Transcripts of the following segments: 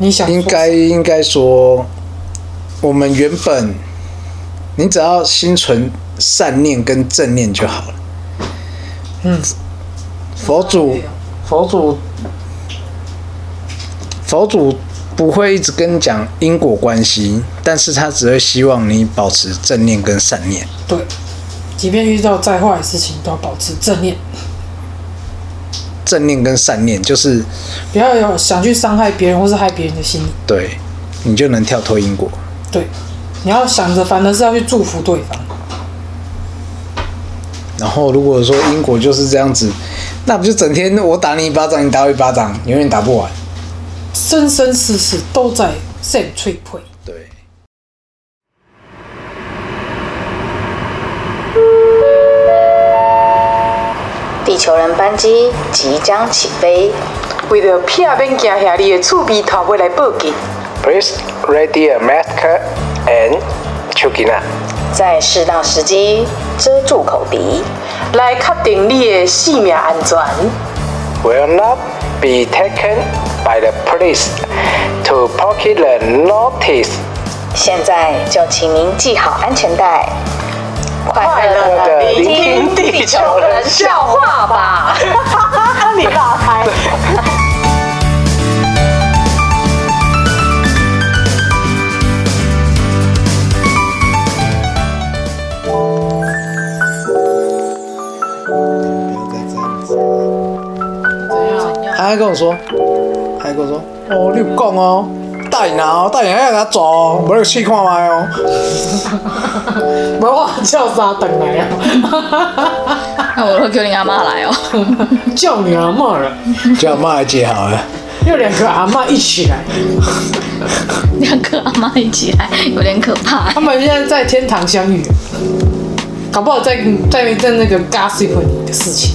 你想应该应该说，我们原本你只要心存善念跟正念就好了。嗯，佛祖佛祖佛祖不会一直跟你讲因果关系，但是他只会希望你保持正念跟善念。对，即便遇到再坏的事情，都要保持正念，正念跟善念就是不要有想去伤害别人或是害别人的心理。对，你就能跳脱因果。对，你要想着，反而是要去祝福对方。然后如果说英国就是这样子，那不就整天我打你一巴掌，你打我一巴掌，永远打不完。生生世世都在 same 脆配。对，地球人班机即将起飞，为着避免惊吓你的厝边头尾来报警。 Please ready a mask and chukina. 在适当时机遮住口鼻。来确定你的性命安全。 Will not be taken by the police to pocket the notice. 现在就请您系好安全带，快乐乐地的聆聆听听地地球球人人笑笑话吧。你打开。他还跟我说，他还跟我说，哦，你有讲哦，带你拿哦，带你要给他走哦，不要去看麦哦。无我叫啥等来啊？ 那我会叫你阿妈来哦、 叫你阿嬷了，叫妈来接好了。又两个阿嬷一起来，两个阿妈一起来，有点可怕。 他们现在在天堂相遇，搞不好在在在那个 gossip 你的事情，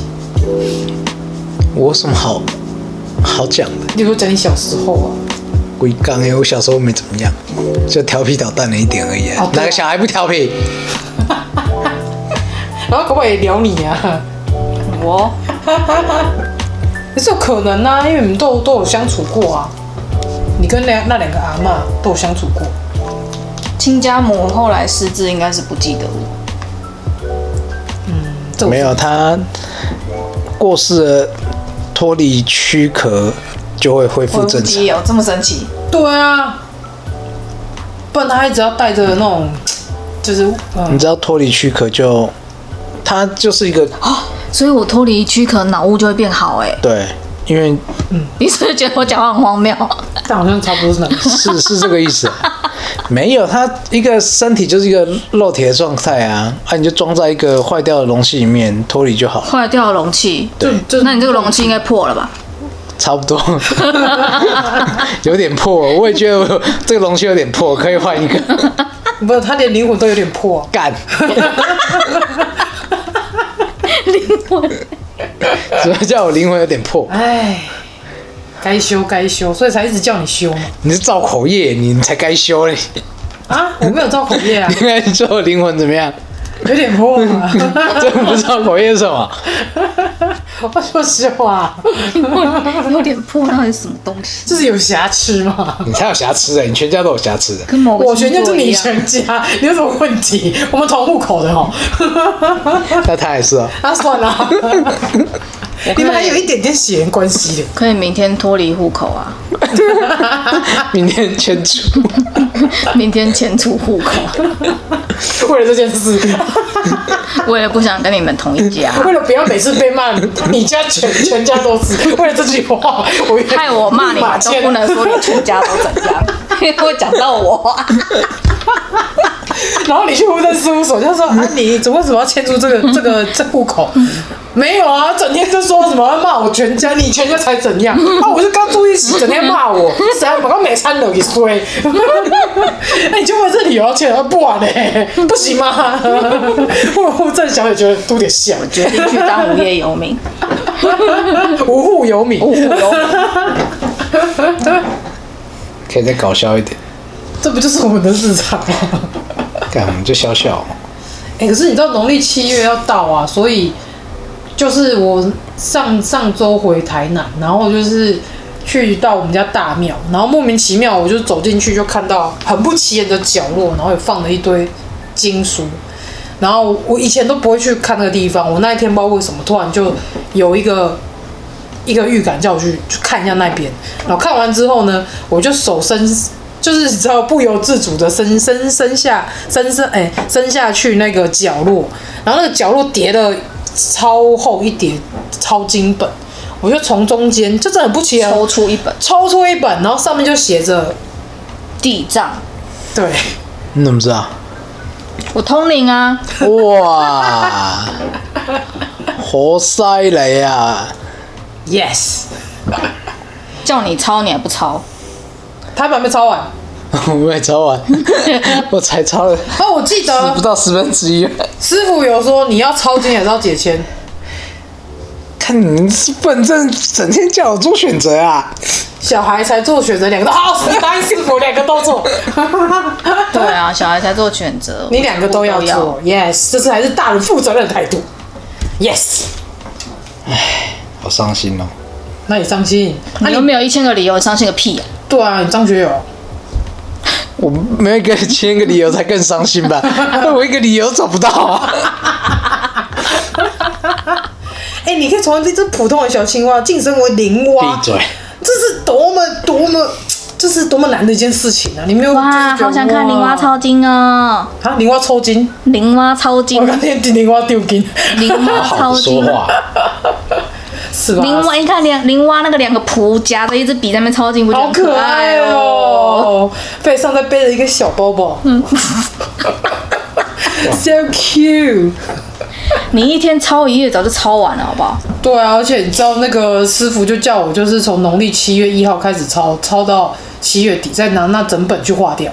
我有什么好好讲的？例如讲你小时候啊，鬼刚哎，我小时候没怎么样，就调皮捣蛋了一点而已、啊。哦对啊哪个小孩不调皮？然后搞不好也聊你啊，我也是有可能啊，因为你们都都有相处过啊，你跟那那两个阿嬷都有相处过，亲家母后来失智，应该是不记得我。这我没有，他过世了，脱离躯壳就会恢复我正不常记。哦，这么神奇？对啊，不然他一直要带着那种，就是嗯你，知道脱离躯壳就，它就是一个所以我脱离躯壳，脑雾就会变好哎、对，因为你是不是觉得我讲话很荒 谬？但好像差不多是那样。 是是这个意思啊、没有它一个身体就是一个肉体的状态啊，啊你就装在一个坏掉的容器里面脱离就好了，坏掉的容器，对，就那你这个容器应该破了吧？差不 多，有点破，我也觉得我这个容器有点破，可以换一个不是，他连灵魂都有点破、啊 干，灵魂只是叫我灵魂有点破，哎，该修该修，所以才一直叫你修嘛。你是造口业，你才该修嘞，啊，我没有造口业啊 你，看你说我灵魂怎么样？有点破嘛。 这不是造口业是什么？我说实话，有点哎破，到底是什么东西？就是有瑕疵嘛。你才有瑕疵的，你全家都有瑕疵的。跟某个我全星家座是一你样。全家， 你有什么问题？我们同户口的哦。 那他也是 哦，那算 了，你们还有一点点血缘关系的。可以明天脱离户口啊，明天全出。明天迁出户口，啊 为了这件事，为了不想跟你们同一家，为了不要每次被骂，你家全全家都是。为了这句话，我愿意害我骂你立马们都迁 啊不能说你全家都怎样，因为会讲到我。然后你去户政事务所就说啊，你怎么为什么要迁出这个这 个这户口？没有啊，整天就说什么要骂我全家，你全家才怎 样？啊，我就刚住一起，整天骂我，谁把我每餐都给衰？欸 那你就问这理由要迁，啊不玩嘞、不行吗？户户政小姐觉得都得笑，决定去当无业游民， 无户游民，无户游民。可以再搞笑一点，这不就是我们的日常吗？干我们就笑笑。哎、可是你知道农历七月要到啊，所以就是我上上周回台南，然后就是去到我们家大庙，然后莫名其妙我就走进去就看到很不起眼的角落，然后也放了一堆经书。然后我以前都不会去看那个地方，我那一天不知道为什么突然就有一个一个预感叫我去去看一下那边。然后看完之后呢，我就手伸，就是你知道不由自主的伸伸伸下伸伸哎、伸下去那个角落，然后那个角落叠的超厚一叠超经本，我就从中间就真的很不起眼，抽出一本抽出一本，然后上面就写着地藏，对。你怎么知道？我通灵啊，哇，好犀利啊！ Yes，叫你抄你还不抄，他版没抄完。我没抄 完，我才抄了哦，我记得不到十分之一。师傅有说你要抄经也是要解签，看你是笨正整天叫我做选择啊！小孩才做选择两个都好，你答应师傅两个都做，对啊，小孩才做选择，你两个都要我啊做。Yes，这是还是大人负责任的态度。Yes，好伤心哦。那你伤心？那你又你没有一千个理由，你伤心个屁呀、对啊，你张学友，我没有一个签一个理由才更伤心 吧？我一个理由找不到啊！哎、你可以从一只普通的小青蛙晋升为灵蛙，闭嘴这是多么多么，这是多么难的一件事情啊！你没有哇，好想看灵蛙超抄经哦，啊，灵蛙抽筋，灵蛙抄我经，刚才灵蛙丢筋，灵 蛙好抄不说经。话，是吧？灵蛙，你看两灵蛙那个两个蹼夹着一支笔在那边抄经，不就好很可爱爱哦！背上再背着一个小包包，嗯 ，so cute。你一天抄一页，早就抄完了，好不好？对啊，而且你知道那个师傅就叫我，就是从农历七月一号开始抄，抄到七月底，再拿那整本去化掉，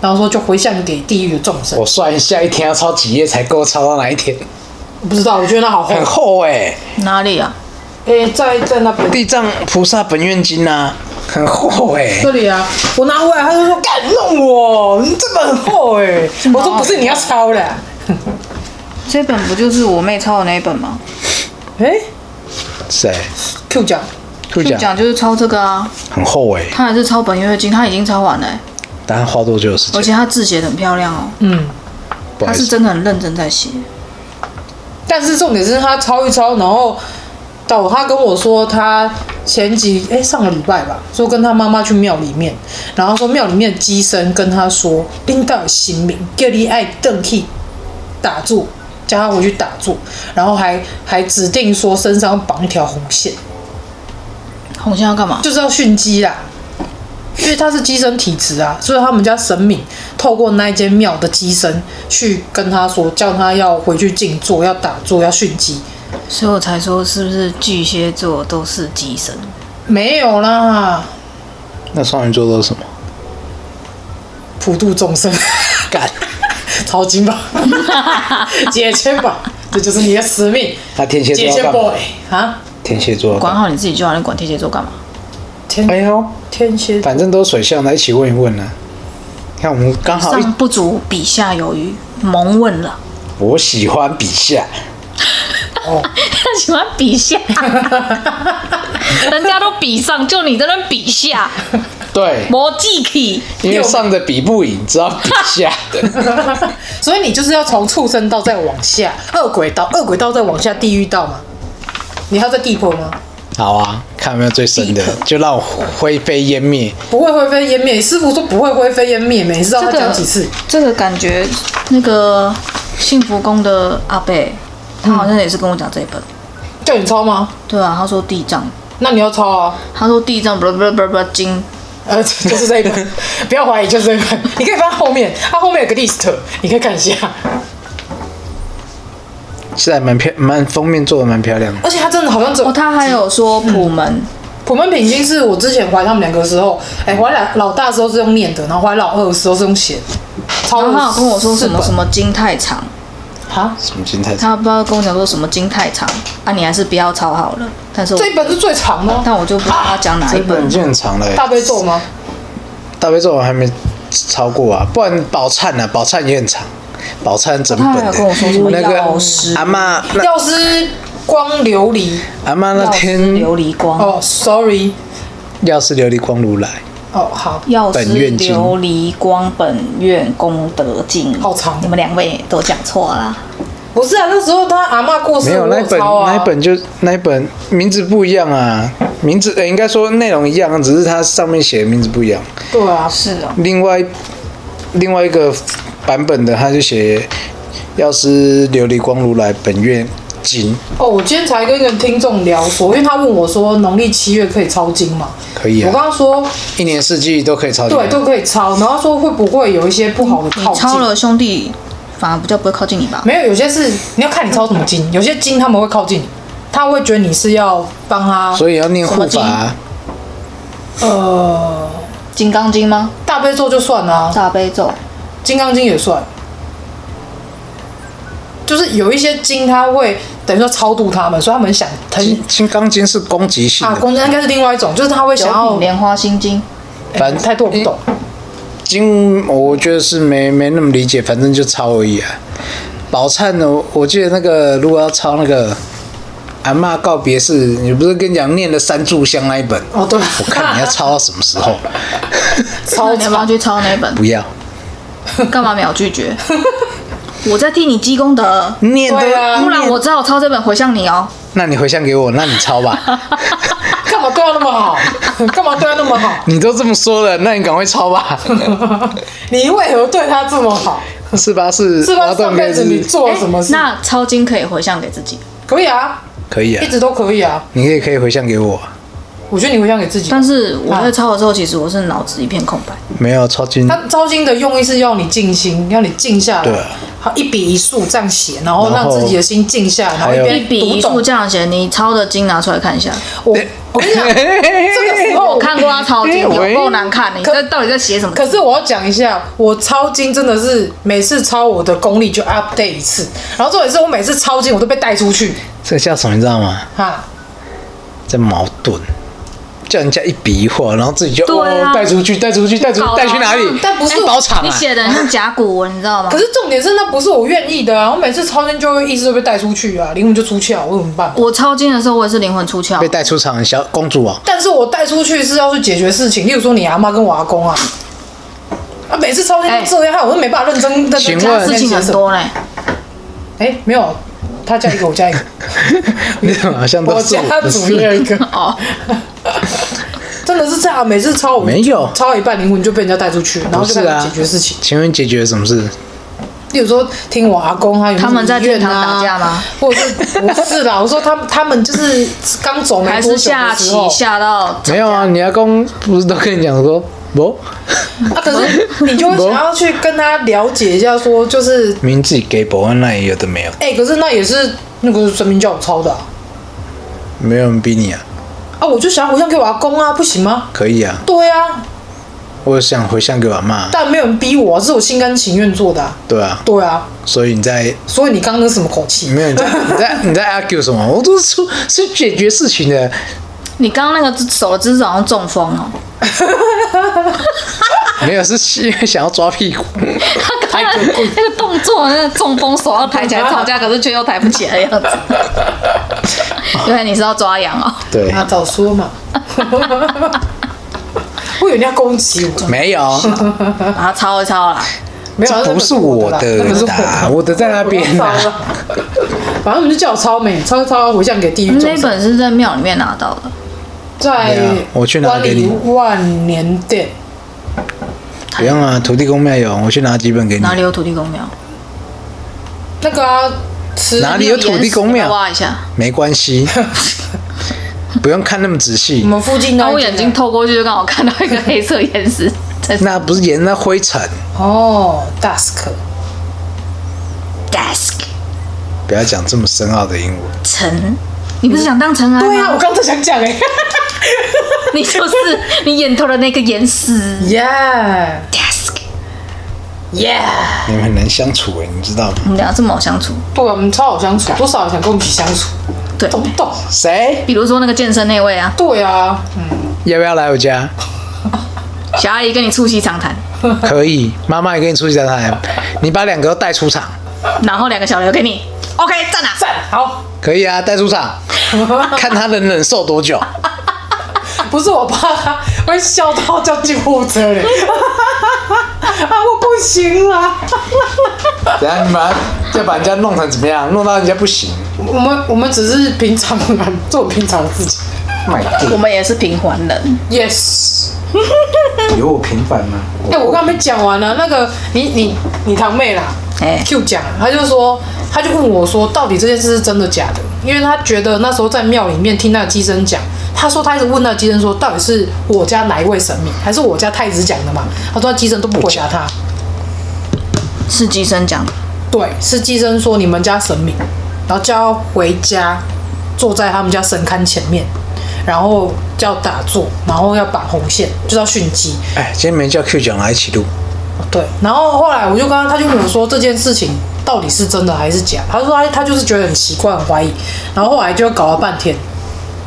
然后说就回向给地狱的众生。我算一下，一天要抄几页才够抄到哪一天？我不知道，我觉得那好厚很。厚哎、哪里啊？诶，在在那本地藏菩萨本愿经》啊，很厚哎、这里啊，我拿回来，他就说敢弄我，你这本很厚哎、我说不是你要抄的、啊，这本不就是我妹抄的那一本吗？哎、谁？ q 讲，兔就讲讲就是抄这个啊，很厚哎、她还是抄本月经，她已经抄完了欸、答案花多久的时而间？且她字写的很漂亮哦，嗯。不好她意是思，真的很认真在写。但是重点是他抄一抄，然后到他跟我说，他前几哎、上个礼拜吧，说跟他妈妈去庙里面，然后说庙里面的机身跟他说，冰岛行名，叫你爱邓去打坐，叫他回去打坐，然后还还指定说身上绑一条红线，红线要干嘛？就是要训鸡啦。因为他是鸡身体质啊，所以他们家神明透过那一间庙的鸡身去跟他说，叫他要回去静坐，要打坐，要训鸡。所以我才说是不是巨蟹座都是机神？没有啦，那双鱼座都是什么？普度众生， 干，抄经 吧，解签吧，这就是你的使命。那天蝎座解要签干嘛 boy 啊，天蝎座要干管嘛，好你自己就好，你管天蝎座干嘛？天、哎呦，嗯天蝎反正都是水象的，一起问一问呢、看我们刚好一上，不足，比下有余，蒙问了。我喜欢笔下，他喜欢比 下，人家都比上，就你在那比下，对，魔记体。因为上的比不赢，只要比 下。 所以你就是要从畜生道再往下，恶鬼道，恶鬼道再往下，地狱道嘛。你还要在地婆吗？好啊，看有没有最深的，就让我灰飞烟灭。不会灰飞烟灭，师傅说不会灰飞烟灭，每次让他讲几次。这个感觉，那个幸福宫的阿贝，他好像也是跟我讲这一本。叫你抄吗？对啊，他说地藏，那你要抄啊！他说地藏不不不不经，呃， 就是这一本，不要怀疑，就是这一本。你可以翻后面，它后面有个 list，你可以看一下。现在蛮漂，蛮封面做的蛮漂亮的。而且它真的好像只有哦，他还有说普门，普门品经是我之前怀他们两个的时候，哎、嗯怀老老大的时候是用念的，然后怀老二的时候是用写的。超然后他有跟我说什么什么么金太长，啊？什么心态？他不知道跟我讲说什么金太长啊，你还是不要抄好了。但是我这一本是最长的哦，但我就不知道他讲哪这一本本已。经哎很长了、欸，大悲咒吗？大悲咒我还没超过啊，不然宝忏呢？宝忏也很长，宝忏整本他还有的、跟我说什么那个药师阿妈那药师光琉璃嗯阿妈那药师天琉璃光，哦，sorry，药师琉璃光如来，哦好，药师本愿经琉璃光本愿功德经，好长你们两位都讲错啦。不是啊，那时候他阿嬷过世，没有我那一本抄啊那一本就那一本名字不一样啊，名字、呃应该说内容一样，只是它上面写的名字不一样。对啊，是哦，另外另外一个版本的，它就写药师琉璃光如来本愿经，哦，我今天才跟一个听众聊说，因为他问我说农历七月可以抄经吗？可以我啊，刚刚说一年四季都可以抄经啊。对，都可以抄，然后说会不会有一些不好的你靠近？抄了兄弟，反而比较不会靠近你吧？没有，有些是你要看你抄什么经，有些经他们会靠近你，他会觉得你是要帮他，所以要念护什法、么啊。呃金刚经吗？大悲咒就算啦、大悲咒，金刚经也算，就是有一些经他会等于说超度他们，所以他们想哎很金《金刚经》是攻击性啊，的，公应该是另外一种，就是他会九想要品，莲花心经，哎反正太多我不懂。经我觉得是没没那么理解，反正就抄而已啊。宝忏呢，我我记得那个如果要抄那个阿嬷告别式，你不是跟你讲念了三炷香那一本？哦，对，我看你要抄到什么时候？超那你要不要长，去抄那 本？不要干嘛秒拒绝？ 我在替你积功德，念对啊的，不然我只好抄这本回向你哦。那你回向给我，那你抄 吧。干嘛对他那么好？ 干嘛对他那么好？你都这么说了，那你赶快抄 吧。你为何对他这么好？是吧？是是吧？挖洞上辈跟子你做了什么事？那抄经可以回向给自己，可以啊，可以啊一，直都可以啊。你可以可以回向给我。我觉得你回想给自己。但是我在抄的时候，其实我是脑子一片空白。没有抄经，他 招经的用意是要你静心，要你静下对来啊，好一笔一竖这样写，然后然让后自己的心静下来，然后还有一一边笔一读竖懂。这样写，你抄的经拿出来看一下。我我跟你讲， 这个时候我看过他抄经，有喂够难看的，你可这到底在写什么？可是我要讲一下，我抄经真的是每次抄我的功力就 update 一次，然后重点是我每次抄经我都被带出去这叫什么？你知道吗？哈，在矛盾，叫人家一笔一画，然后自己就对啊哦带出去，带出去，带出搞啊去，嗯得带去哪里好像？但不是宝场哎你啊！写的像甲骨文，你知道吗可？是重点是那不是我愿意的啊，我每次抄经就会意识就被带出去啊，灵魂就出窍，我怎么办？我抄经的时候，我也是灵魂出窍被，带出场，小公主 啊！但是我带出去是要去解决事情，例如说你阿妈跟我阿公啊，啊每次抄经都这样，害我都没办法认真认真请看问在哎事情写很什么。多嘞。哎、没有，他加一 个，我加一个，你怎么好像都我是加我的主事？页一个。哦， 真的是这样，每次抄我没有抄到一半灵魂就被人家带出去，然后不就是开啊始解决事情。请问解决了什么事？例如说，听我阿公他有没有他们在医院殿堂啊打架吗？或者是不是啦？我说他们他们就是刚走没还多是久下的时棋候，下到没有啊，你阿公不是都跟你讲说，不，啊，可是你就会想要去跟他了解一下，说就是明明自己给保安那也有的没有，哎、可是那也是那个神明叫我抄的啊，没有人逼你啊，啊我就想要回向给我阿公啊，不行吗？可以啊，对啊，我想回向给我妈，但没有人逼我、啊，是我心甘情愿做的、啊。对啊，对啊，所以你在所以你刚刚那什么口气？没有你在你在你在 argue 什么？我都是出是解决事情的，你刚刚那个手的姿势好像中风哦，没有是因为想要抓屁 股，他刚刚 那个动作，那个中风手要抬起来吵架，可是却又抬不起来的样子。 原来你是要抓痒哦，对，啊，早说嘛！我以为你要攻击我， 没有，把它抄一抄啦。没有啊，这不是我的啊那个是啦啦那个是 我的在那边啦 我都抄了反正我们就叫我抄美，抄抄回向给地狱众那生。本是在庙里面拿到的，在对啊我去拿万给里你万年殿， 不用啊，土地公庙有，我去拿几本给你哪。里有土地公庙？那个啊，吃哪里有土地公庙你岩石的挖一下。没关系，不用看那么仔我细，们附近都有然啊后我眼睛透过去就刚好看到一个黑色岩石，在那不是盐，那灰尘，哦，dusk， desk 不要讲这么深奥的英文。尘。你不是想当尘埃吗？对啊，我刚才想讲 哎 你就是 你眼头的那个岩石，yeah desk。 yeah，你们很难相处哎，你知道吗？你们俩嗯啊这么好相处，对，我们超好相处，多少人想跟我们一起相处，对。懂不懂？谁比如说那个健身那位啊，对啊，要不要来我家？小阿姨跟你促膝长谈，可以，妈妈也跟你出去谈谈，你把两个都带出场，然后两个小留给你，OK，站啊哪？赞，好，可以啊，带出场，看他能忍受多久。啊不是我怕他会笑到叫救护车嘞， 啊，我不行啊了。等下你把要把人家弄成怎么样？弄到人家不行。我们我们只是平常人，做平常的自己。 My 我 God，们也是平凡人， Yes， 有我平凡吗？哎、我刚才没讲完呢、那个你你你堂妹啦哎、 ，Q 讲，她就说，她就问我说，到底这件事是真的假的？因为她觉得那时候在庙里面听那个鸡生讲，她说她一直问那个鸡生说，到底是我家哪一位神明，还是我家太子讲的嘛？她说那鸡生都不回答她，是机身讲的，对，是鸡生说你们家神明，然后叫她回家，坐在他们家神龛前面。然后叫打坐，然后要绑红线，就是要训鸡。哎，今天没叫 Q 讲来一起录，对，然后后来我就跟他，他就问我说这件事情到底是真的还是假？他说他他就是觉得很奇怪，很怀疑。然后后来就搞了半天，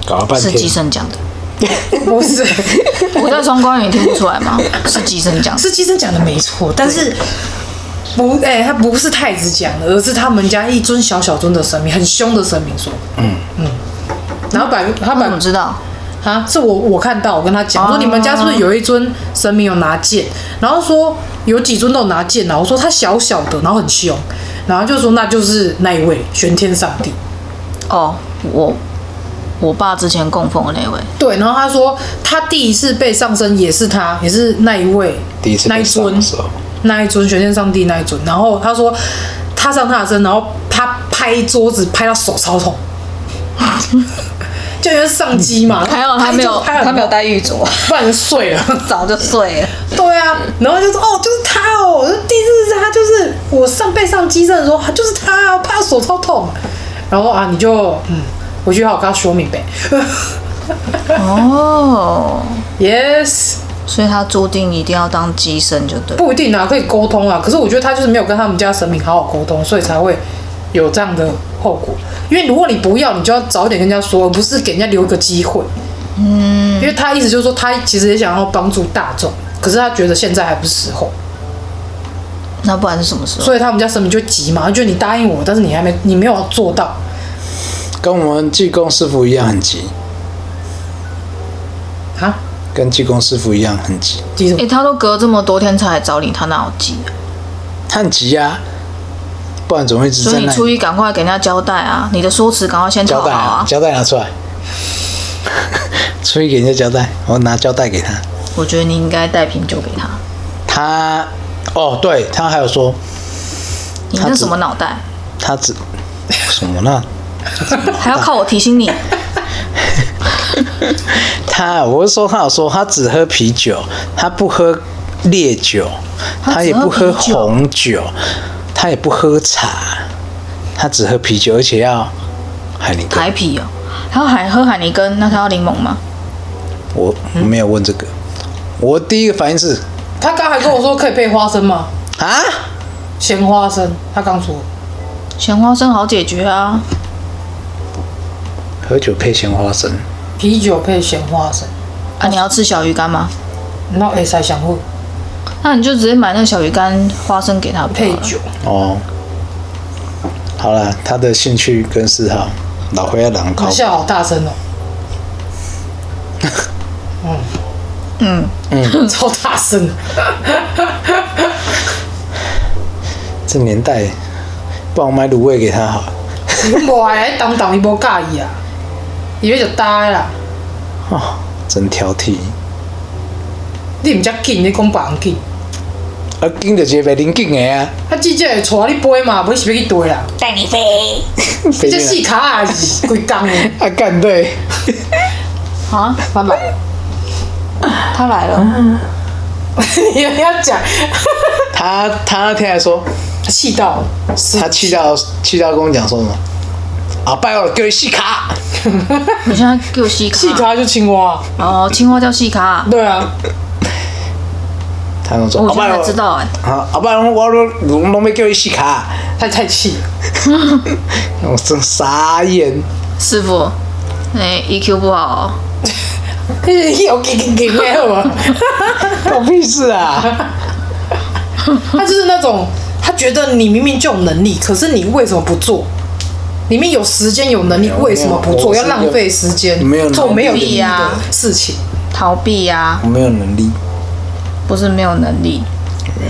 搞了半是机天，身讲的。不是我在双关语听不出来吗？ 是机身讲的，是机生讲的没错，但是不哎、他不是太子讲的，而是他们家一尊小小尊的神明，很凶的神明说，嗯嗯。然后把他他把怎么知道？啊，是我我看到，我跟他讲，我哦说你们家是不是有一尊神明有拿剑？然后说有几尊都有拿剑然后我说他小小的，然后很凶，然后就说那就是那一位玄天上帝。哦，我我爸之前供奉的那位，对，然后他说他第一次被上身也是他，也是那一位，第一次那一被上尊的时候，那一尊玄天上帝那一尊。然后他说他上他的身，然后他拍桌子拍到手超痛， 就因为上机嘛，还好他没拍有就拍很他没有戴玉镯， 不然就碎了。早就睡了。对啊，然后就说哦，就是他哦，我说第一次是他，就是我上背上肌症的时候，他就是他啊，我怕手超痛。然后啊，你就嗯，回去好好跟他说明呗。 哦， yes，所以他注定一定要当机身就对了。不一定啊，可以沟通啊。可是我觉得他就是没有跟他们家神明好好沟通，所以才会有这样的后果。因为如果你不要，你就要早点跟人家说，而不是给人家留一个机会。嗯，因为他意思就是说，他其实也想要帮助大众，可是他觉得现在还不是时候。那不然是什么时候？所以他们家神明就急嘛，就你答应我，但是你还没你没有做到，跟我们济公师傅一样很急，啊？跟济公师傅一样很急，急什哎、么？他都隔这么多天才来找你，他哪有急、啊？他很急啊，不然怎么会一直所在以你那出里去赶快给人家交代啊！你的说辞赶快先交套好代啊？啊！胶带拿出来， 出去给人家交代，我拿胶带给他。我觉得你应该带瓶酒给他。他哦，对他还有说，你他那只什么脑袋？他只什么呢？还要靠我提醒你？他我是说，他有说他只喝啤酒，他不喝烈酒，他他也只喝不喝啤酒红酒，他也不喝茶，他只喝啤酒，而且要哎海尼根。台啤哦，还要海喝海尼根，那他要柠檬吗？我我没有问这个，我第一个反应是他刚才跟我说可以配花生吗？啊，咸花生，他刚说。咸花生好解决啊！喝酒配鲜花生，啤酒配咸花生，啊，你要吃小鱼干吗？那会使相互那你就直接买那个小鱼干花生给他配。酒。哦。好了，他的兴趣跟嗜好，老灰要狼我靠。笑好大声哦，嗯， 超大声。这年代，不然我买卤味给他好了。你讲无爱当当，伊无介意啊，伊要就呆啦。哦，真挑剔。你毋才紧，你讲别人紧。啊，紧就是袂灵紧的啊，啊，姐姐会带你飞嘛，不是要去对啦。带你飞。这四啊袂 卡也是规工的，啊，干对，啊，他来了，他来了，你 又要讲，他他那天还说，他气到了，他气到气到跟我讲说什么？啊，拜我给你戏卡，你现在给我细气卡，咖就青啊蛙，哦，青蛙叫细卡，对啊，他跟我说，我啊，现拜在我才知道哎，啊，啊，不然我都拢拢要叫你死卡，他太气 了，我真傻 眼。师傅，哎，EQ 不好哦，有给给给没有啊？关屁事 啊！他就是那种，他觉得你明明就有能力，可是你为什么不做？你明明有时间有能力，有为什么不我做？是要浪费时间没有能力做没有意力义的啊事情。逃避呀，我没有能力，不是没有能力，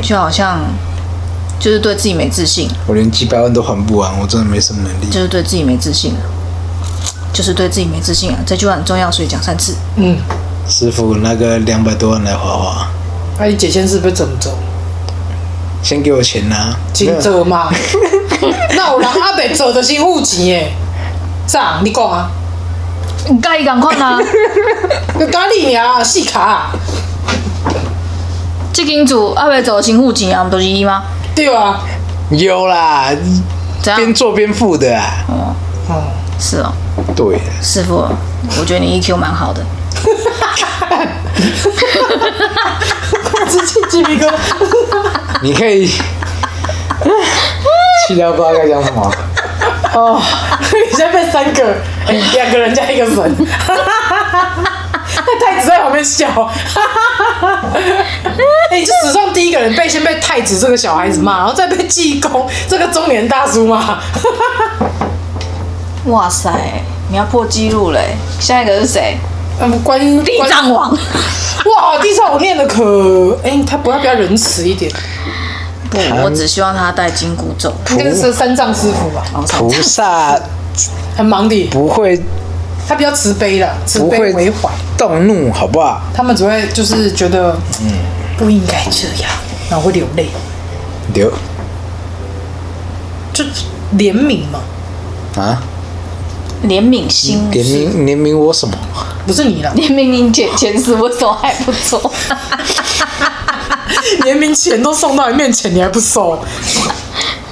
就好像就是对自己没自信，我连几百万都还不完，我真的没什么能力。就是对自己没自信啊，就是对自己没自信啊，这句话很重要，所以讲三次。嗯，师傅，那个两百多万来花花，那哎你姐先是不是怎么走？先给我钱呐、啊！真没有做 嘛？那有人阿伯做的是有钱耶？啥？你讲啊？你该赶快 啊！就咖喱尔细卡啊，这金主阿伯走行户籍啊，不是一吗？对啊，有啦，怎样边做边付的啊。哦，是哦， 对，师傅，我觉得你 EQ 蛮好的。直接鸡皮疙瘩。你可 以气到不知道该讲什么。你现在被三个，哎两个人加一个神，太子在旁边笑， 哎、你是史上第一个人被先被太子这个小孩子骂，然后再被济公这个中年大叔骂， 哇塞，你要破纪录嘞！下一个是谁？嗯，关地地藏王。哇，地藏我念的可，哎、他不要不要仁慈一点，不，我只希望他带金箍咒。应该是三藏师傅吧，菩萨很忙的，不会他比较慈悲啦，慈不悲会为怀，动怒，好不好？他们只会就是觉得，嗯，不应该这样，然后会流泪，流就怜悯嘛。啊，怜悯心，联名联名我什么？不是你啦，嗯怜悯你姐前世为什么还不 做？联名钱都送到你面前，你还不收？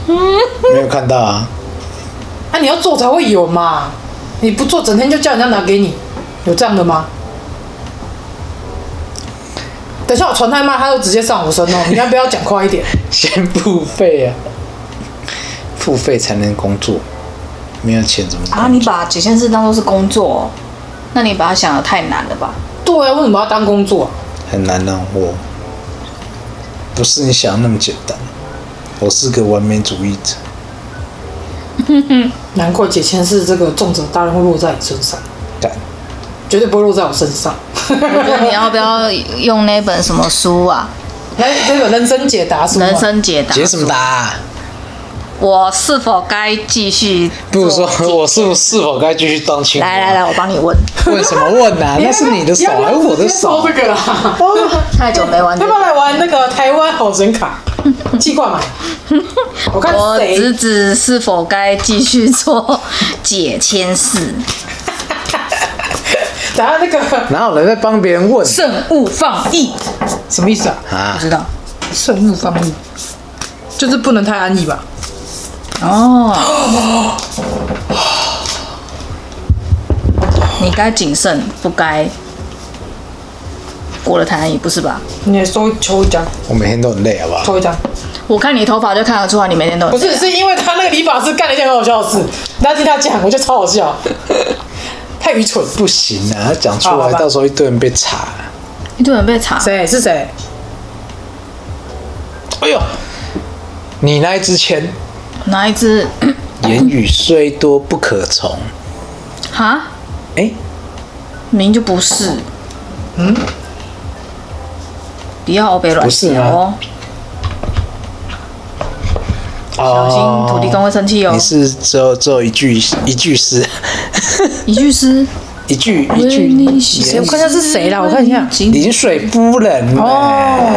没有看到啊。啊，你要做才会有嘛，你不做，整天就叫人家拿给你，有这样的吗？等一下我传太慢，他就直接上我身哦，你要不要讲快一点？ 先付费啊，付费才能工作，没有钱怎么工作？啊，你把解签师当做是工作、哦，那你把它想的太难了 吧？对啊，为什么要当工作啊、很难让我，不是你想的那么简单。我是个完美主义者，难怪解签是这个重责大任会落在你身上，但绝对不会落在我身上。 我觉得你要不要用那本什么书啊？来，这个哎人生解答是吗？人生解答。解什么答、啊？我是否该继续？ 不如说，我是不是否该继续当亲？来来来，，我帮你问。问什么问 啊？那是你的手，要不还要是我的哎直接手抽？这个啦。太久没玩这要不 哦个要，来玩那个台湾好人卡？记挂嘛？我看我谁侄子是否该继续做解签事？等下那个哪有人在帮别人问慎勿放逸，什么意思啊？啊不？知道顺路放逸，就是不能太安逸吧？哦。你该谨慎，不该过了太安逸，不是吧？你也抽抽一张，我每天都很累，好不好？抽一张，我看你头发就看得出来，你每天都不是，是因为他那个理发师干了一件很好笑的事，那听他讲，我觉得超好 笑，太愚蠢。不行啊，他讲出好来好，吧到时候一堆人被查。一堆人被查。谁是谁？哎呦，你那一支签，哪一只？ 言语虽多不可从。哈？哎，明明就不是。嗯？迪奥北软不是啊小吗哦，小小心土地公会生气哦哦你。是只有只有一句一句诗，一句诗， 一句一句为你写言我看一下是谁啦，我看一下。临水夫人哦，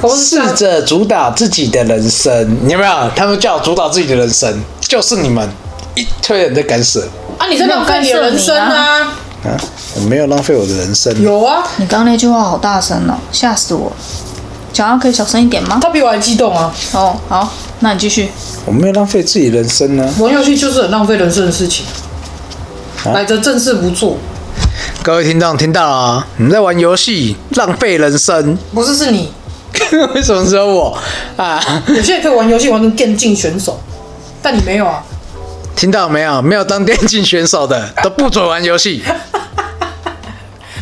我是试着主导自己的人生，你有没有？他们叫我主导自己的人生，就是你们一推人的干涉。啊，你在浪费你的人生啊！啊，我没有浪费我的人生。有啊，你刚刚那句话好大声哦，吓死我！讲话可以小声一点吗？他比我还激动啊！哦，好，那你继续。我没有浪费自己人生啊呢、玩游戏就是很浪费人生的事情，啊摆着正事不做，各位听众听到了啊，你们在玩游戏，浪费人生。 不是是你。为什么只有我啊？有些人可以玩游戏玩成电竞选手，但你没有啊。听到没有？没有当电竞选手的都不准玩游戏。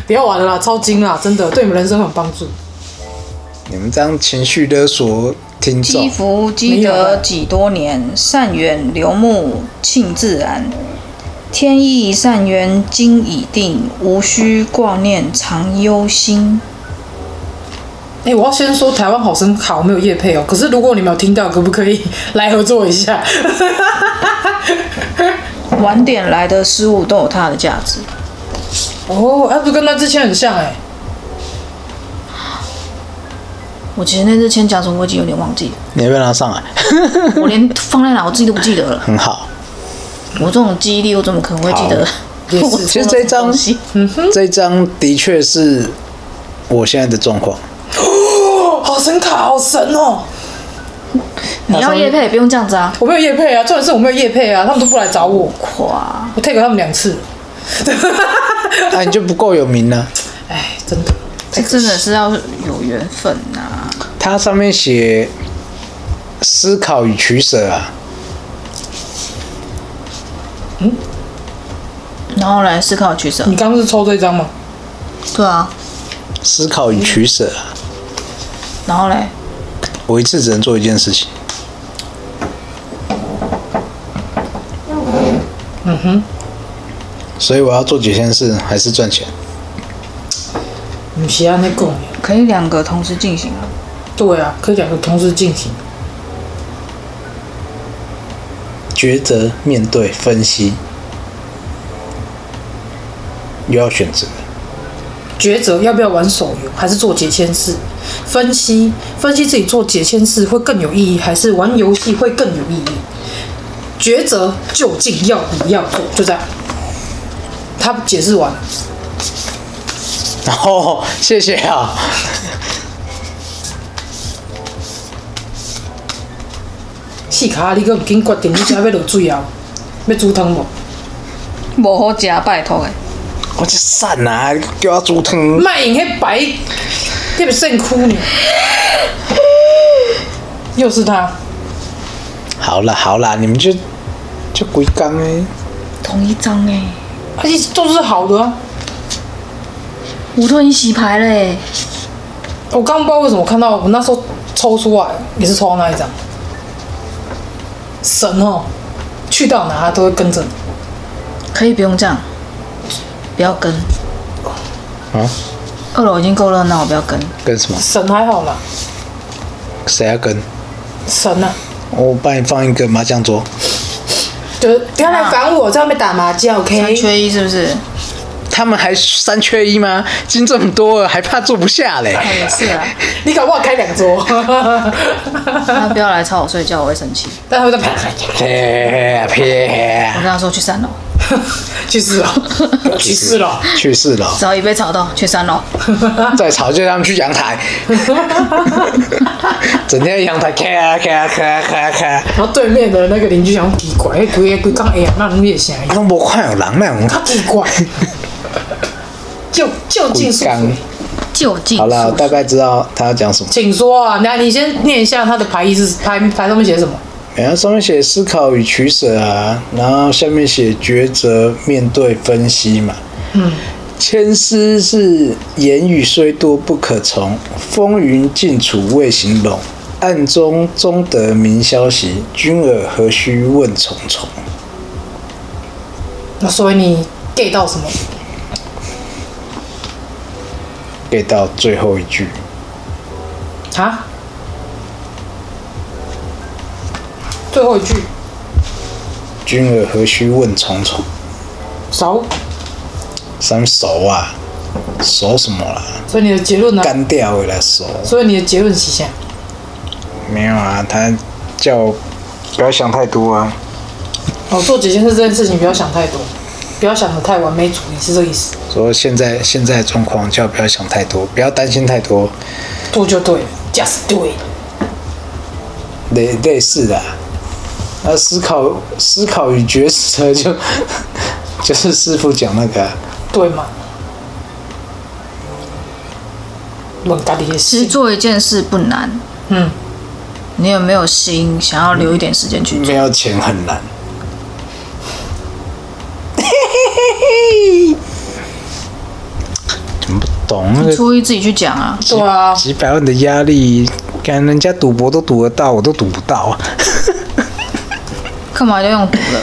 不要玩了啦，超精啦，真的对你们人生很帮助。你们这样情绪勒索听积众，福积德几多年，善缘流木庆自然。天意善缘今已定，无需挂念常忧心。哎、我要先说台湾好声卡，我没有夜配哦。可是如果你们有听到，可不可以 来合作一下？ 晚点来的失误都有它的价值。哦，啊，不跟他之前很像哎、我其实那次签讲什么，我已经有点忘记了， 你要不要拿上来？我连放在哪我自己都不记得了。很好，我这种记忆力，我怎么可能会记得？也 我是其实这一张东西，嗯这一张的确是我现在的状况。 哦，好声卡好神哦！你要叶配也不用这样子啊。我没有夜配啊，重点是我没有夜配啊，他们都不来找我，哇，我 take 他们两次。啊，你就不够有名啊呢、哎，真的，这真的是要有缘分啊呐、它上面写思考与取舍啊，然后来思考取舍你。刚刚是抽这张吗？对啊，思考与取舍啊，然后嘞，我一次只能做一件事情。嗯哼，所以我要做几件事，还是赚钱。不是啊，那个。可以两个同时进行啊。对啊，可以两个同时进行。抉择、面对、分析，又要选择。 抉择要不要玩手游，还是做解签式？分析分析自己做解签式会更有意义，还是玩游戏会更有意义？抉择究竟要不要做？就这样，他解释完了。哦，谢谢啊。细卡，你个唔紧决定，你想要落水啊？要煮汤无？无好食，拜托哎诶。我就散啊，叫我煮汤。卖用迄白，特别肾枯呢。又是他，好啦好啦，你们就就鬼刚哎，同一张哎诶，而且都是好的啊。我都已经洗牌了诶。我刚刚不知道为什么看到我那时候抽出来也是抽到那一张，神哦，去到哪它都会跟着你。可以不用这样，不要跟。啊？二楼已经够热闹，不要跟。跟什么？神还好啦，谁要跟？神啊，我帮你放一个麻将桌，就是不要来烦我，在外面打麻将三，OK？缺一是不是？他们还三缺一吗？金这么多了，还怕坐不下嘞？哎，也是啊。你搞不好开两 桌，他不要来吵我睡觉，我会生气。但他会在啪嘿我撇，跟他说去三楼，去世 了，去世了，去世了，只要一被吵到，去三楼。再吵就让他们去阳台，整天在阳台开啊开啊开啊开啊开啊，然后对面的那个邻居想奇怪，那鬼鬼讲哎呀，那你也声音，都无看有人那种他奇怪，就就鬼近速刚。就近。好啦，我大概知道他要讲什么。请说啊，那你先念一下它的牌意是牌牌上面写什么？然后哎上面写思考与取舍啊，然后下面写抉择、面对、分析嘛。嗯，千丝是言语虽多不可从，风云尽处未形容。暗中终得明消息，君尔何须问重重？那所以你 get 到什么？给到最后一句，啊？最后一句君尔何须问重重？熟，三熟啊，熟什么啦？所以你的结论呢？干掉回来熟。所以你的结论是啥？没有啊，他叫我不要想太多啊。哦，做解签是这件事情不要想太多，不要想的太完美主义，是这个意思，说现在现在的状况，叫不要想太多，不要担心太多，做就对了，just do it。类类似的啊。那思考思考与抉择就 就是师傅讲那个啊、对嘛？问家己的其实心，做一件事不难，嗯，你有没有心想要留一点时间去没做？有钱很难。 怎么不懂那个初一自己去讲啊，嗯对啊，几百万的压力，看人家赌博都赌得到，我都赌不到啊，干嘛要用赌的？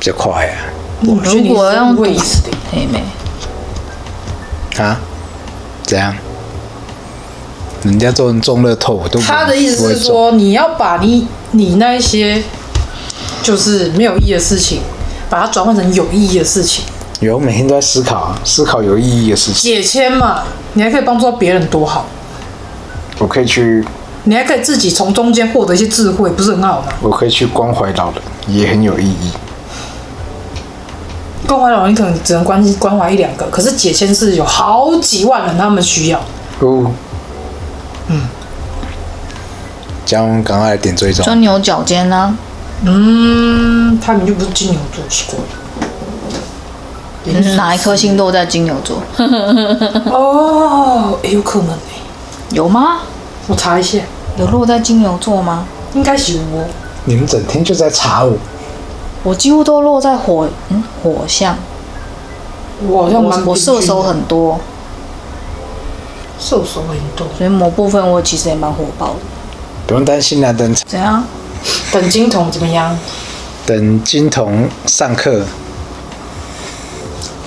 比较快啊我觉得你如果是用会意思的，嘿妹，啊？怎样？人家都能中乐透，我都不他的意不思会是中说，你要把你你那一些就是没有意义的事情，把它转换成有意义的事情，有每天都在思考啊，思考有意义的事情，解签嘛，你还可以帮助到别人，多好！我可以去，你还可以自己从中间获得一些智慧，不是很好吗？我可以去关怀老人，也很有意义。关怀老人可能只能关关怀一两个，可是解签是有好几万人他们需要，哦，嗯，嗯嘉文，赶快来点追踪。钻牛角尖啊，嗯，他们就不是金牛座，奇怪。哪一颗星都在金牛座？哦，也有可能欸有吗？我查一下，有落在金牛座吗？应该是我。你们整天就在查我，我几乎都落在火，嗯，火象。我好像蛮我我射手很多，射手很多，所以某部分我其实也蛮火爆的。不用担心啦、啊等怎样？等金童怎么样？等金童上课，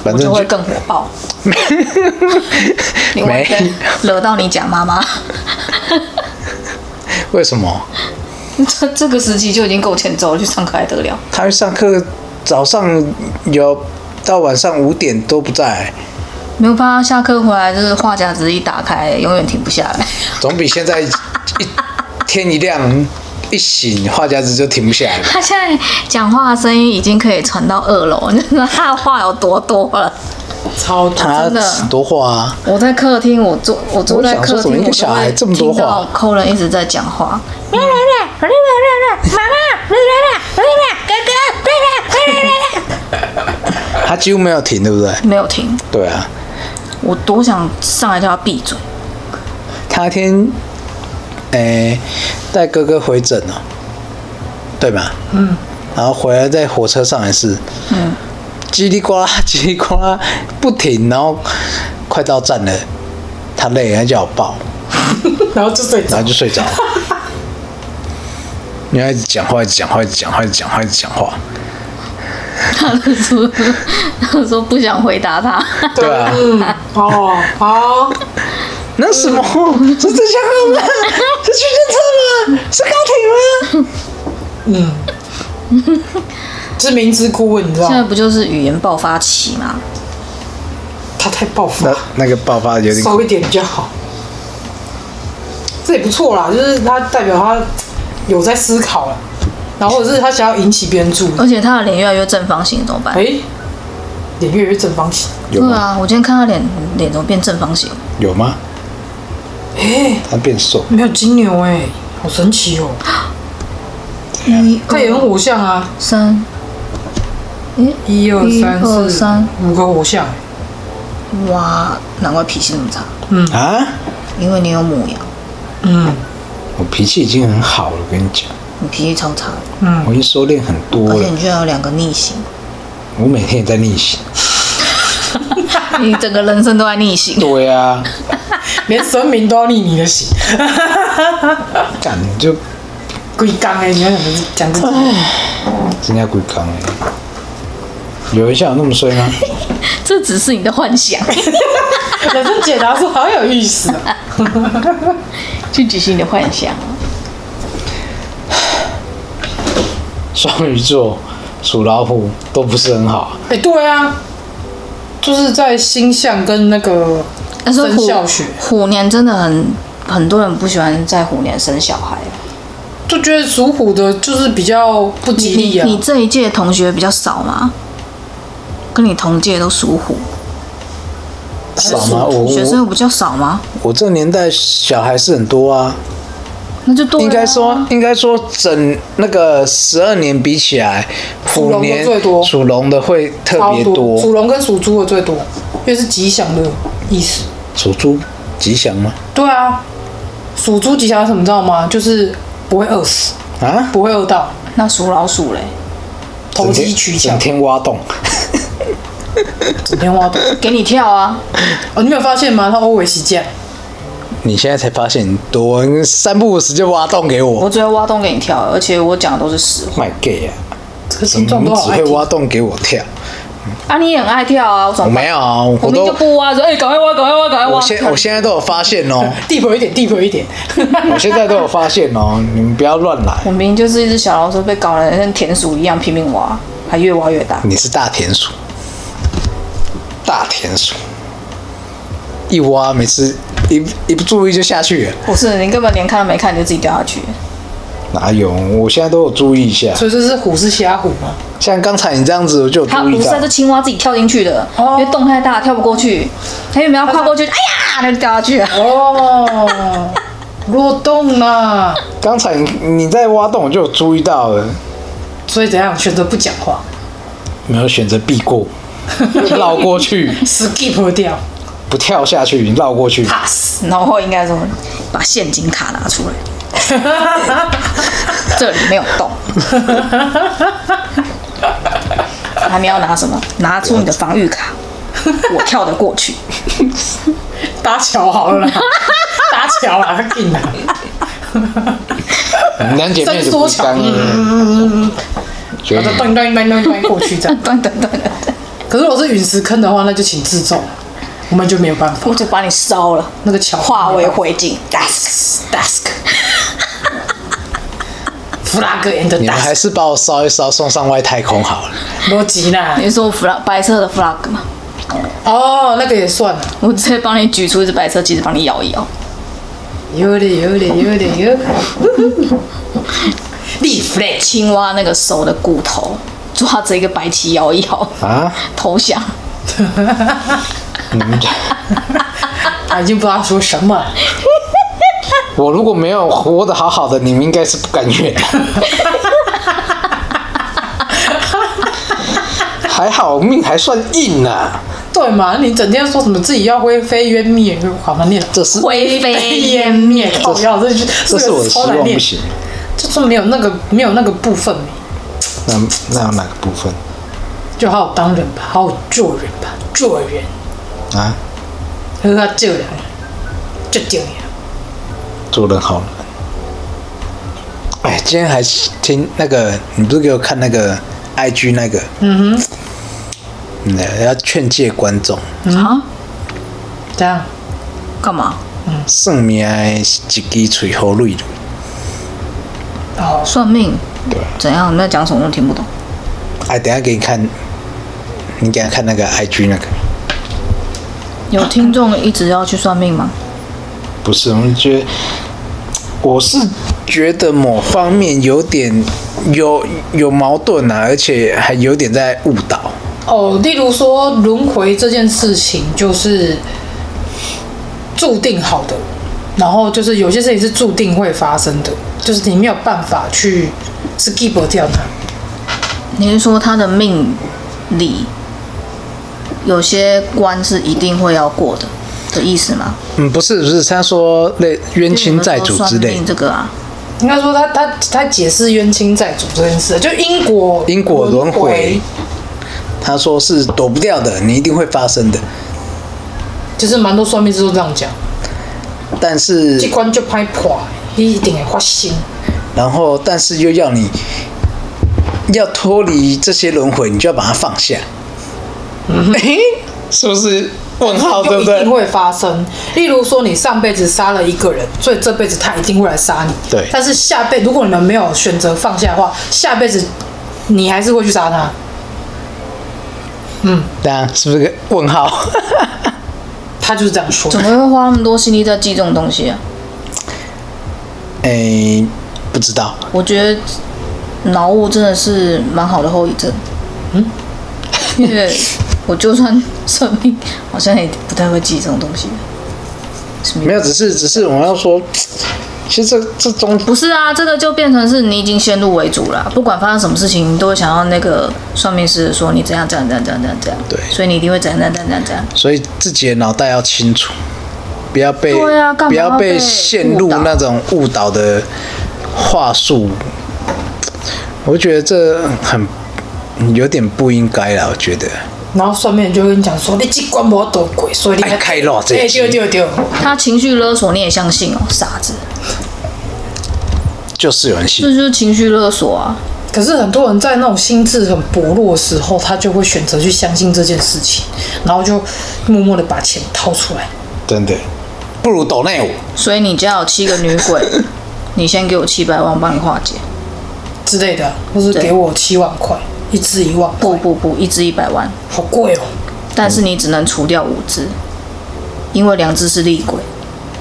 反我正就会就更火 爆。你完全惹到你讲妈妈，为什么这 这个时期就已经够欠揍了，去上课还得了？他去上课早上有到晚上五点都不在，没有办法，下课回来就是话匣子一打开，永远停不下来。总比现在一一天一亮一醒话匣子就停不下来了。 他现在讲话的声音已经可以传到二楼， 你知道他的话有多多了。超他哦他真的多话啊，我在客厅，我坐我坐在我想说客怎么厅，一我个小孩这就么会多话听到寇人一直在讲 话。他几乎没有停，对不对？没有停，对啊，我多想上来叫他闭嘴。他那天，诶、带哥哥回诊哦，对吧？嗯。然后回来在火车上也是，嗯，叽里呱啦 叽里呱啦不停，然后快到站了，他累了，他叫我抱，然后就睡着然后。就睡着 了。你要一直讲话，一直讲话，一直讲话，一直讲话，一直讲话，他就说，他说不想回答他。对吧、啊？嗯，哦，好，那什么？是真相吗？是去电车吗？是高铁吗？嗯，是明知故问，你知道 现在吗？不就是语言爆发期吗？他太暴发 那，那个爆发有点收一点比较好。这也不错啦，就是他代表他有在思考了，然后或者是他想要引起别人注意。而且他的脸越来越正方形，怎么办？哎，脸越来越正方形，有对吗？啊，我今天看他脸，脸怎么变正方形？有吗？哎，他变瘦。没有金牛哎，好神奇哦！一、他也很火象啊，嗯三，一二一三二四三五个火象，哇，难怪脾气那么差，啊，因为你有母羊，嗯，我脾气已经很好了，我跟你讲，你脾气超差的，我已经收敛很多而且你了，居然有两个逆行，我每天也在逆行。你整个人生都在逆行。 对啊，连神明都要逆你的行，干你就龟缸哎，你要想着讲自己，真的鬼刚哎，有人像我那么衰吗？这只是你的幻想，人生解答是好有意思啊！去举行你的幻想。双鱼座、属老虎都不是很好，哎，对啊，就是在星象跟那个但是生虎肖学，虎年真的很很多人不喜欢在虎年生小孩。就觉得属虎的就是比较不吉你利啊你。这一届同学比较少吗？跟你同届都属虎，少吗？我学生我有比较少吗？我这年代小孩是很多啊，那就多了啊应该说应该说整那个十二年比起来，属虎龙的年最多属龙的会特超别多，属多，龙跟属猪的最多，因为是吉祥的意思。属猪吉祥吗？对啊，属猪吉祥是什么知道吗？就是不会饿死，啊，不会饿到，那属老鼠嘞，投机取巧整，天挖洞，整天挖洞。给你跳啊！哦，你没有发现吗？他欧维喜酱，你现在才发现你多，你三不五时就挖洞给我我，只会挖洞给你跳，而且我讲的都是实话。卖 gay 啊！这个你形状们都好只爱会听。挖洞给我跳，啊，你也很爱跳啊，我怎我么办没有啊，我我们就都不挖着，哎、赶快挖，赶快挖，赶快挖！我现我现在都有发现 哦，地婆一点，地婆一点。我现在都有发现哦，你们不要乱来，我明明就是一只小老鼠，被搞得像田鼠一样拼命挖，还越挖越大。你是大田鼠，大田鼠，一挖每次一一不注意就下去了，不是，你根本连看都没看，你就自己掉下去。哦哪有？我现在都有注意一下，所以这是虎是虾虎嘛？像刚才你这样子，我就有它注不意是到这，青蛙自己跳进去的，哦因为洞太大跳不过去，它原本要跨过去，哎呀，那就掉下 去了。哦，落洞啦。刚才你你在挖洞，我就有注意到了，所以怎样选择不讲话没有选择避 过，绕过去， ，skip 掉不跳下去，你绕过去。 pass，然后应该说把现金卡拿 出来，这里没有洞。那你要拿什么？拿出你的防御卡，我跳得过去。搭桥好了啦，搭桥啦，进来。你们两姐妹伸就缩嗯不嗯墙干了，所以然后就咚咚咚咚咚过去这样。等等等等，可是我是陨石坑的话，那就请自重，我们就没有办法 我。就把你烧了，那个桥化为灰烬。Dask dask， flag and 你们还 dust，是把我烧一烧，送上外太空好了。逻辑啦。你是说 flag 白色的 flag 吗？哦，那个也算了，我直接帮你举出一只白色旗子，帮你摇一摇。有点有点有点有点。立 flag，青蛙那个手的骨头抓着一个白旗摇一摇， 啊，投降。他已经不知道说什么了。我如果没有活得好好的，你们应该是不甘 愿。还好命还算硬啊，对嘛？你整天说什么自己要灰飞烟灭，好难念。这是灰灰飞烟灭，靠是要这句，这是我的希超难望念不，行。就是没有那个没有那个部分，那那有哪个部分就好好当人吧，好好做人吧，做人，啊？和他做人，这重要。做人好人。哎，今天还听那个，你不是给我看那个 IG 那个？嗯哼。嗯，要劝诫观众，啊？这样干嘛？算命的是一支嘴好累的。哦，算命？对啊怎样？你们在讲什么？我听不懂。哎，等一下给你看，你给他看那个 IG 那个，有听众一直要去算命吗？不是，我觉得我是觉得某方面有点有有矛盾啊，而且还有点在误导。哦，例如说轮回这件事情，就是注定好的，然后就是有些事情是注定会发生的，就是你没有办法去 skip 掉它。你是说他的命里有些关是一定会要过的的意思吗？嗯，不是不是，他说类冤亲债主之因为你们说算类命，这个啊，应该说他他他解释冤亲债主这件事，就因果因果轮回，他说是躲不掉的，你一定会发生的。就是蛮多算命师都这样讲，但这是，关就拍破，你一定会发生。然后但是又要你要脱离这些轮回，你就要把它放下。嘿是不是问号？对就不一对定？会发生。例如说，你上辈子杀了一个人，所以这辈子他一定会来杀你。对但是下辈，如果你们没有选择放下的话，下辈子你还是会去杀他。对啊，是不是个问号？ 他就是这样说。怎么会花那么多心力在记这种东西啊？哎、不知道，我觉得脑雾真的是蛮好的后遗症。嗯，因为我就算算命，好像也不太会记这种东西。什么意思没有，只是只是我要说，其实这这中不是啊，这个就变成是你已经先入为主了，不管发生什么事情，你都会想要那个算命师说你怎样怎样怎样怎样怎样怎样，对所以你一定会怎样怎样怎样怎样。所以自己的脑袋要清楚，不要被、对啊干嘛不要要被陷入误导那种误导的话术。我觉得这很有点不应该啦，我觉得然后算命就会跟你讲说，你这关无多鬼，所以你爱开肉这哎，一对集对对，他情绪勒索你也相信哦，傻子，就是有人这信，就是情绪勒索啊。可是很多人在那种心智很薄弱的时候，他就会选择去相信这件事情，然后就默默的把钱掏出来。真的不如抖内我。所以你家有七个女鬼，你先给我七百万，我帮你化解。之类的，或是对给我七万块，一支一万块，不不不，一只一百万，好贵哦。但是你只能除掉五只，因为两只是厉鬼。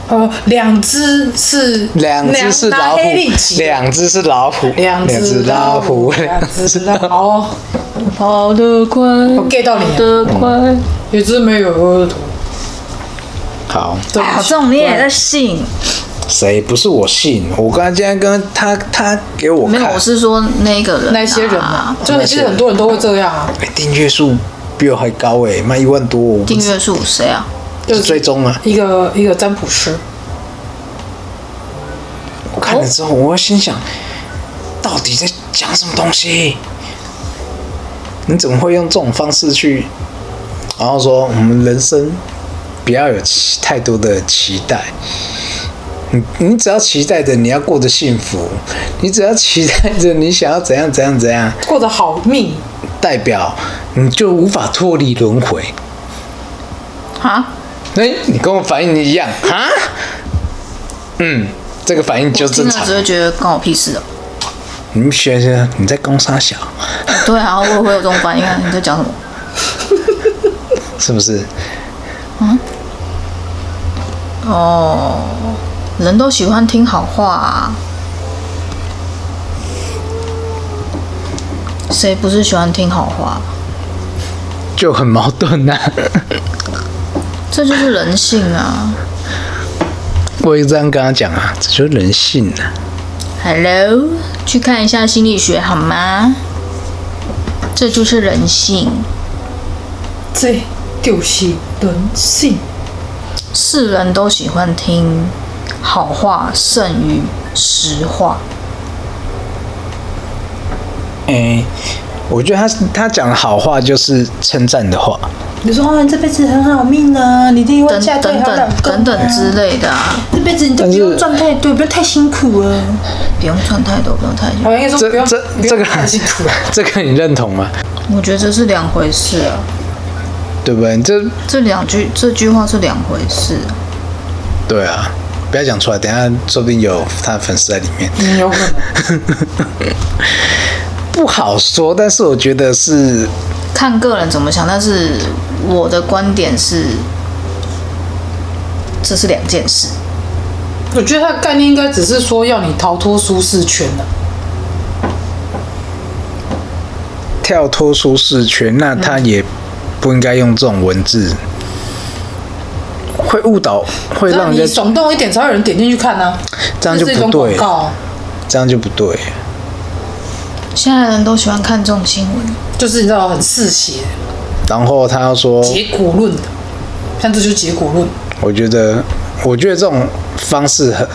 呃，两只是两只是拿老虎黑力，气两只是老虎，两只只老老虎，两只老虎。哦，跑得快，我 get 到你了得快。有只没有额头。 好，对不哎呀，起这种你也在信？谁不是我信？我刚才今天跟他他给我没有，看，我是说那个人、啊，那些人嘛，就是其那些实人很多人都会这样啊，哎订阅数比我还高哎，卖一万多，我不订知阅数谁啊？是追踪啊。一个一个占卜师，我看了之后，我心想，到底在讲什么东西？你怎么会用这种方式去？然后说我们人生不要有期太多的期待，你你只要期待着你要过得幸福，你只要期待着你想要怎样怎样怎样，过得好命，代表你就无法脱离轮回。啊？哎、你跟我反应一样啊？嗯，这个反应就听正了常只。会觉得关我屁事哦。 你们学生你在攻杀小，对啊，我也会有这种反应啊！你在讲什么？是不是？哦，人都喜欢听好话、啊，谁不是喜欢听好话？啊就很矛盾啊呐、 这就是人性啊我也这样跟他讲啊，这就是人性啊。 ！Hello，去看一下心理学好吗？这就是人性。这就是人性。世人都喜欢听好话胜于实话，哎、我觉得他他讲的好话就是称赞的话，你说哦，你这辈子很好命啊，你一定等等等等等之类的啊，这辈子你就但是不用赚太多，不要太辛苦啊了。不用赚太多，不用太我应该说这不用这不用这个太辛苦了。这个你认同吗？我觉得这是两回事啊，对不对？这这两句这句话是两回事啊、对啊，不要讲出来，等一下说不定有他的粉丝在里面，嗯有可能，不好说。但是我觉得是看个人怎么想，但是我的观点是，这是两件事。我觉得他的概念应该只是说要你逃脱舒适圈啊的、跳脱舒适圈，那他也不应该用这种文字，会误导，会那让你人家耸动一点，才会有人点进去看呢、啊。这样就是一种不广对告啊，这样就不对。现在人都喜欢看这种新闻，就是你知道很嗜血、然后他要说，结果论的，像这就是结果论。我觉得，我觉得这种方式很、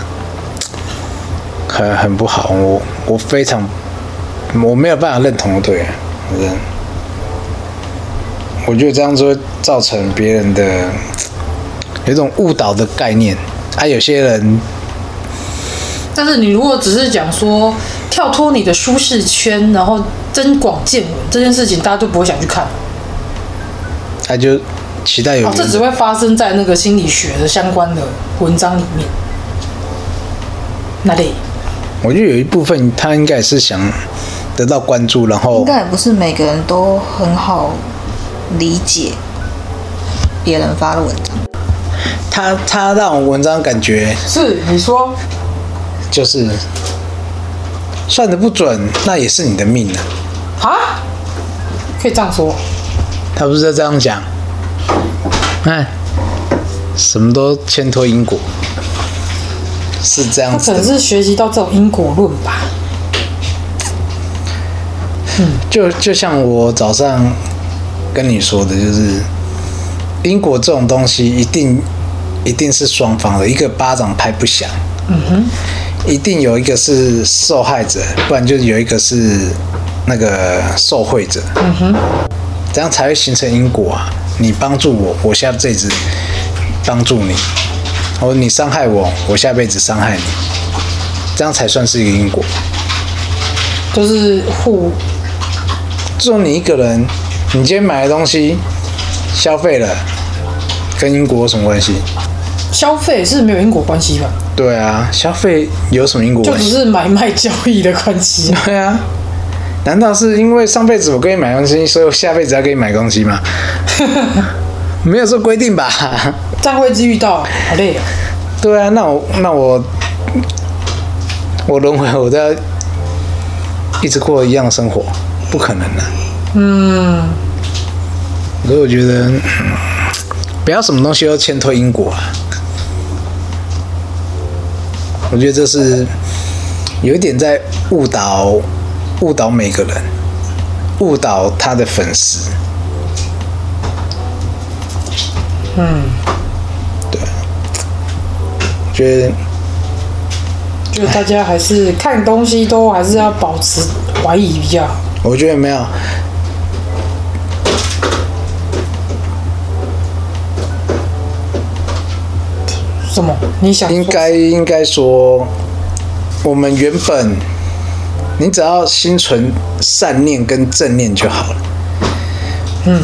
很、很不好。我我非常，我没有办法认同，对，我认我觉得这样就会造成别人的有一种误导的概念。啊，有些人但是你如果只是讲说跳脱你的舒适圈，然后增广见闻这件事情，大家就不会想去看。他就期待有、哦，这只会发生在那个心理学的相关的文章里面。那里我觉得有一部分他应该也是想得到关注，然后应该也不是每个人都很好理解别人发的文章。他他让我文章感觉是你说就是算的不准，那也是你的命啊。啊？可以这样说？他不是这样讲，哎，什么都牵拖因果，是这样他子可的能是学习到这种因果论吧。就就像我早上跟你说的，就是因果这种东西一定一定是双方的，一个巴掌拍不响，嗯哼，一定有一个是受害者，不然就有一个是那个受贿者，嗯哼，这样才会形成因果啊！你帮助我，我下辈子帮助你；或者你伤害我，我下辈子伤害你，这样才算是一个因果。就是互就你一个人，你今天买的东西消费了，跟英国有什么关系？消费是没有因果关系吧？对啊，消费有什么因果就关只系？是买卖交易的关 系啊。对啊，难道是因为上辈子我给你买东西，所以我下辈子要给你买东 西吗？没有这规定吧？这样会一直遇到，好累啊！对啊，那我那我我轮回，我都要一直过一样的生活，不可能的、嗯，所以我觉得、嗯不要什么东西都牵拖因果啊。我觉得这是有一点在误导误导每个人，误导他的粉丝。嗯，对，我觉得。就大家还是看东西都还是要保持怀疑比较好。我觉得没有。什么？你想说应该应该说，我们原本你只要心存善念跟正念就好了。嗯，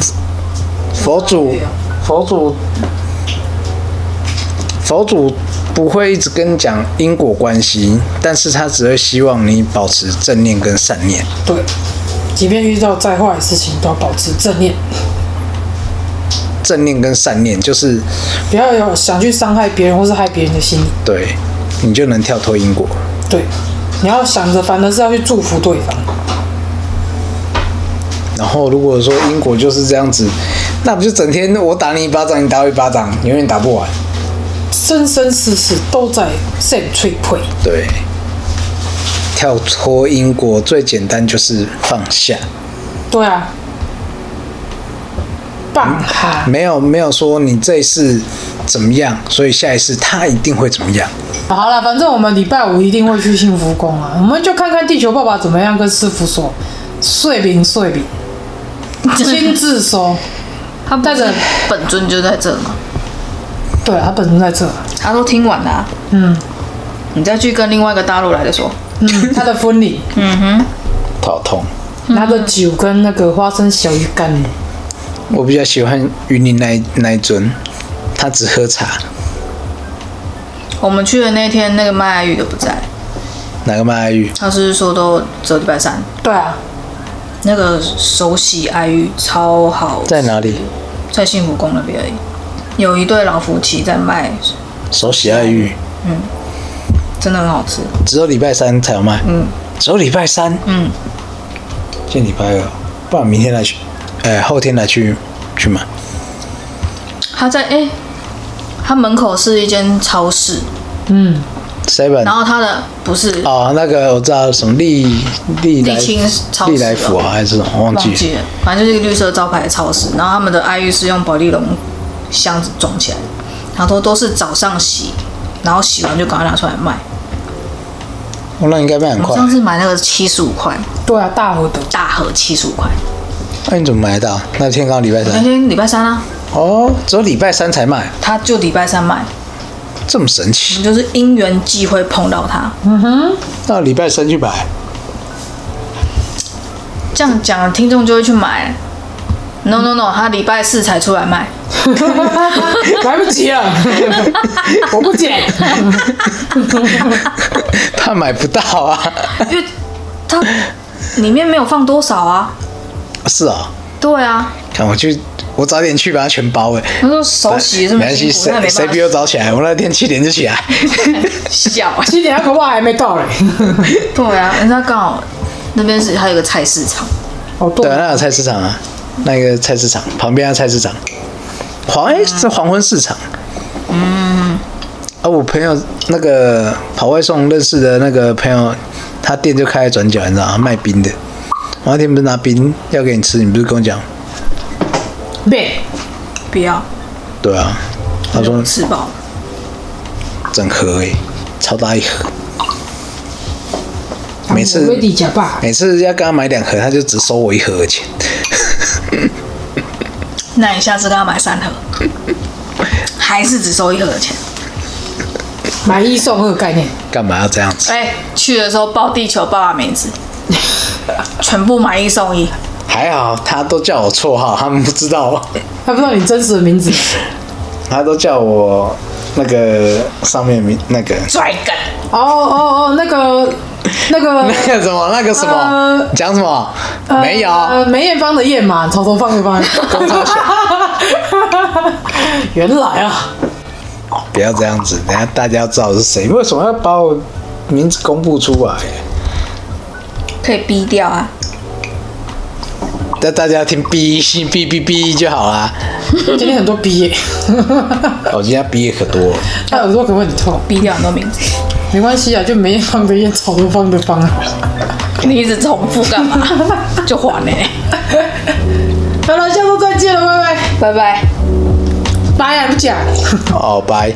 佛祖，佛祖，佛祖不会一直跟你讲因果关系，但是他只会希望你保持正念跟善念。对，即便遇到再坏的事情，都要保持正念，正念跟善念就是不要有想去伤害别人或是害别人的心理。对，你就能跳脱因果。对，你要想着，反而是要去祝福对方。然后如果说英国就是这样子，那不就整天我打你一巴掌，你打我一巴掌，永远打不完。生生世世都在 same tree play。对，跳脱因果最简单就是放下，对啊，棒哈！没有没有说你这一次怎么样，所以下一次他一定会怎么样。好了，反正我们礼拜五一定会去幸福宫啊，我们就看看地球爸爸怎么样跟师傅说，碎饼碎饼，亲自收。他不但是是本尊就在这吗？对啊，他本身在这，他都听完了、啊，嗯，你再去跟另外一个大陆来的说，嗯，他的婚礼头痛，拿着酒跟那个花生小鱼干，我比较喜欢云林那一那一尊，他只喝茶，我们去的那天那个卖爱玉的不在，哪个卖爱玉？他是说都只有礼拜三，对啊，那个手洗爱玉超好，在哪里？在幸福宫那边而已，有一对老夫妻在卖，手洗爱玉，真的很好吃，只有礼拜三才有卖。嗯，只有礼拜三。嗯，今天礼拜二，不然明天来去，哎、后天来去去买。他在哎、他门口是一间超市， seven 然后他的不嗯是哦，那个我知道什么利利来沥青超市利来福啊，还是什么忘忘记记了，反正就是一个绿色招牌的超市。然后他们的爱玉是用保丽龙箱子装起来的，然后都是早上洗，然后洗完就赶快拿出来卖。我哦那应该卖很我快。上次买那个七十五块，对啊，大和的，大盒七十五块，那、哎你怎么买得到？那天刚好礼拜那三天礼拜三啊，哦，只有礼拜三才卖，他就礼拜三买，这么神我奇？们就是因缘际会碰到他。那礼拜三去买，这样讲，听众就会去买。No No No，他礼拜四才出来卖，来不及了，我不捡，怕买不到啊？因为他里面没有放多少啊。是啊、对啊，看我去，我早点去把它全包了。他说手嗯洗这么没关辛系，苦，谁那也没谁比办我早起来？我那天七点就起来，法笑。七点他可怕还没到嘞。对啊，人家刚好那边是还有个菜市场，哦，对对啊，那有菜市场啊，那个菜市场旁边的菜市场，黄哎、是黄昏市场。嗯。啊，我朋友那个跑外送认识的那个朋友，他店就开在转角，你知道吗？卖冰的。我那天不是拿冰要给你吃，你不是跟我讲？对，不要，对啊。他说我吃饱了。整盒哎、超大一盒。哦每次威迪假爸，每次要跟他买两盒，他就只收我一盒的钱。那你下次跟他买三盒， 还是只收一盒的钱？买一送二概念。干嘛要这样子？哎、去的时候报地球爸爸名字，全部买一送一。还好他都叫我绰号，他们不知道，他不知道你真实的名字，他都叫我那个上面名那 个拽梗，哦哦哦，那个那个那个什么那个什么呃讲什么呃没有？呃梅艳芳的艳嘛，草头放一放。 原来啊，不要这样子，等下大家要知道我是谁。为什么要把我名字公布出来？可以逼掉啊！但大家要听哔哔哔哔就好啦。今天很多鼻 耶，我哦今天哔也可多了，他耳朵可能会很痛，逼掉很多名字，没关系啊，就梅艳芳的艳，草头放的放啊。你一直重复干嘛？就还嘞、好了，下周再见了，拜拜。拜拜。拜啊，不讲。哦，拜。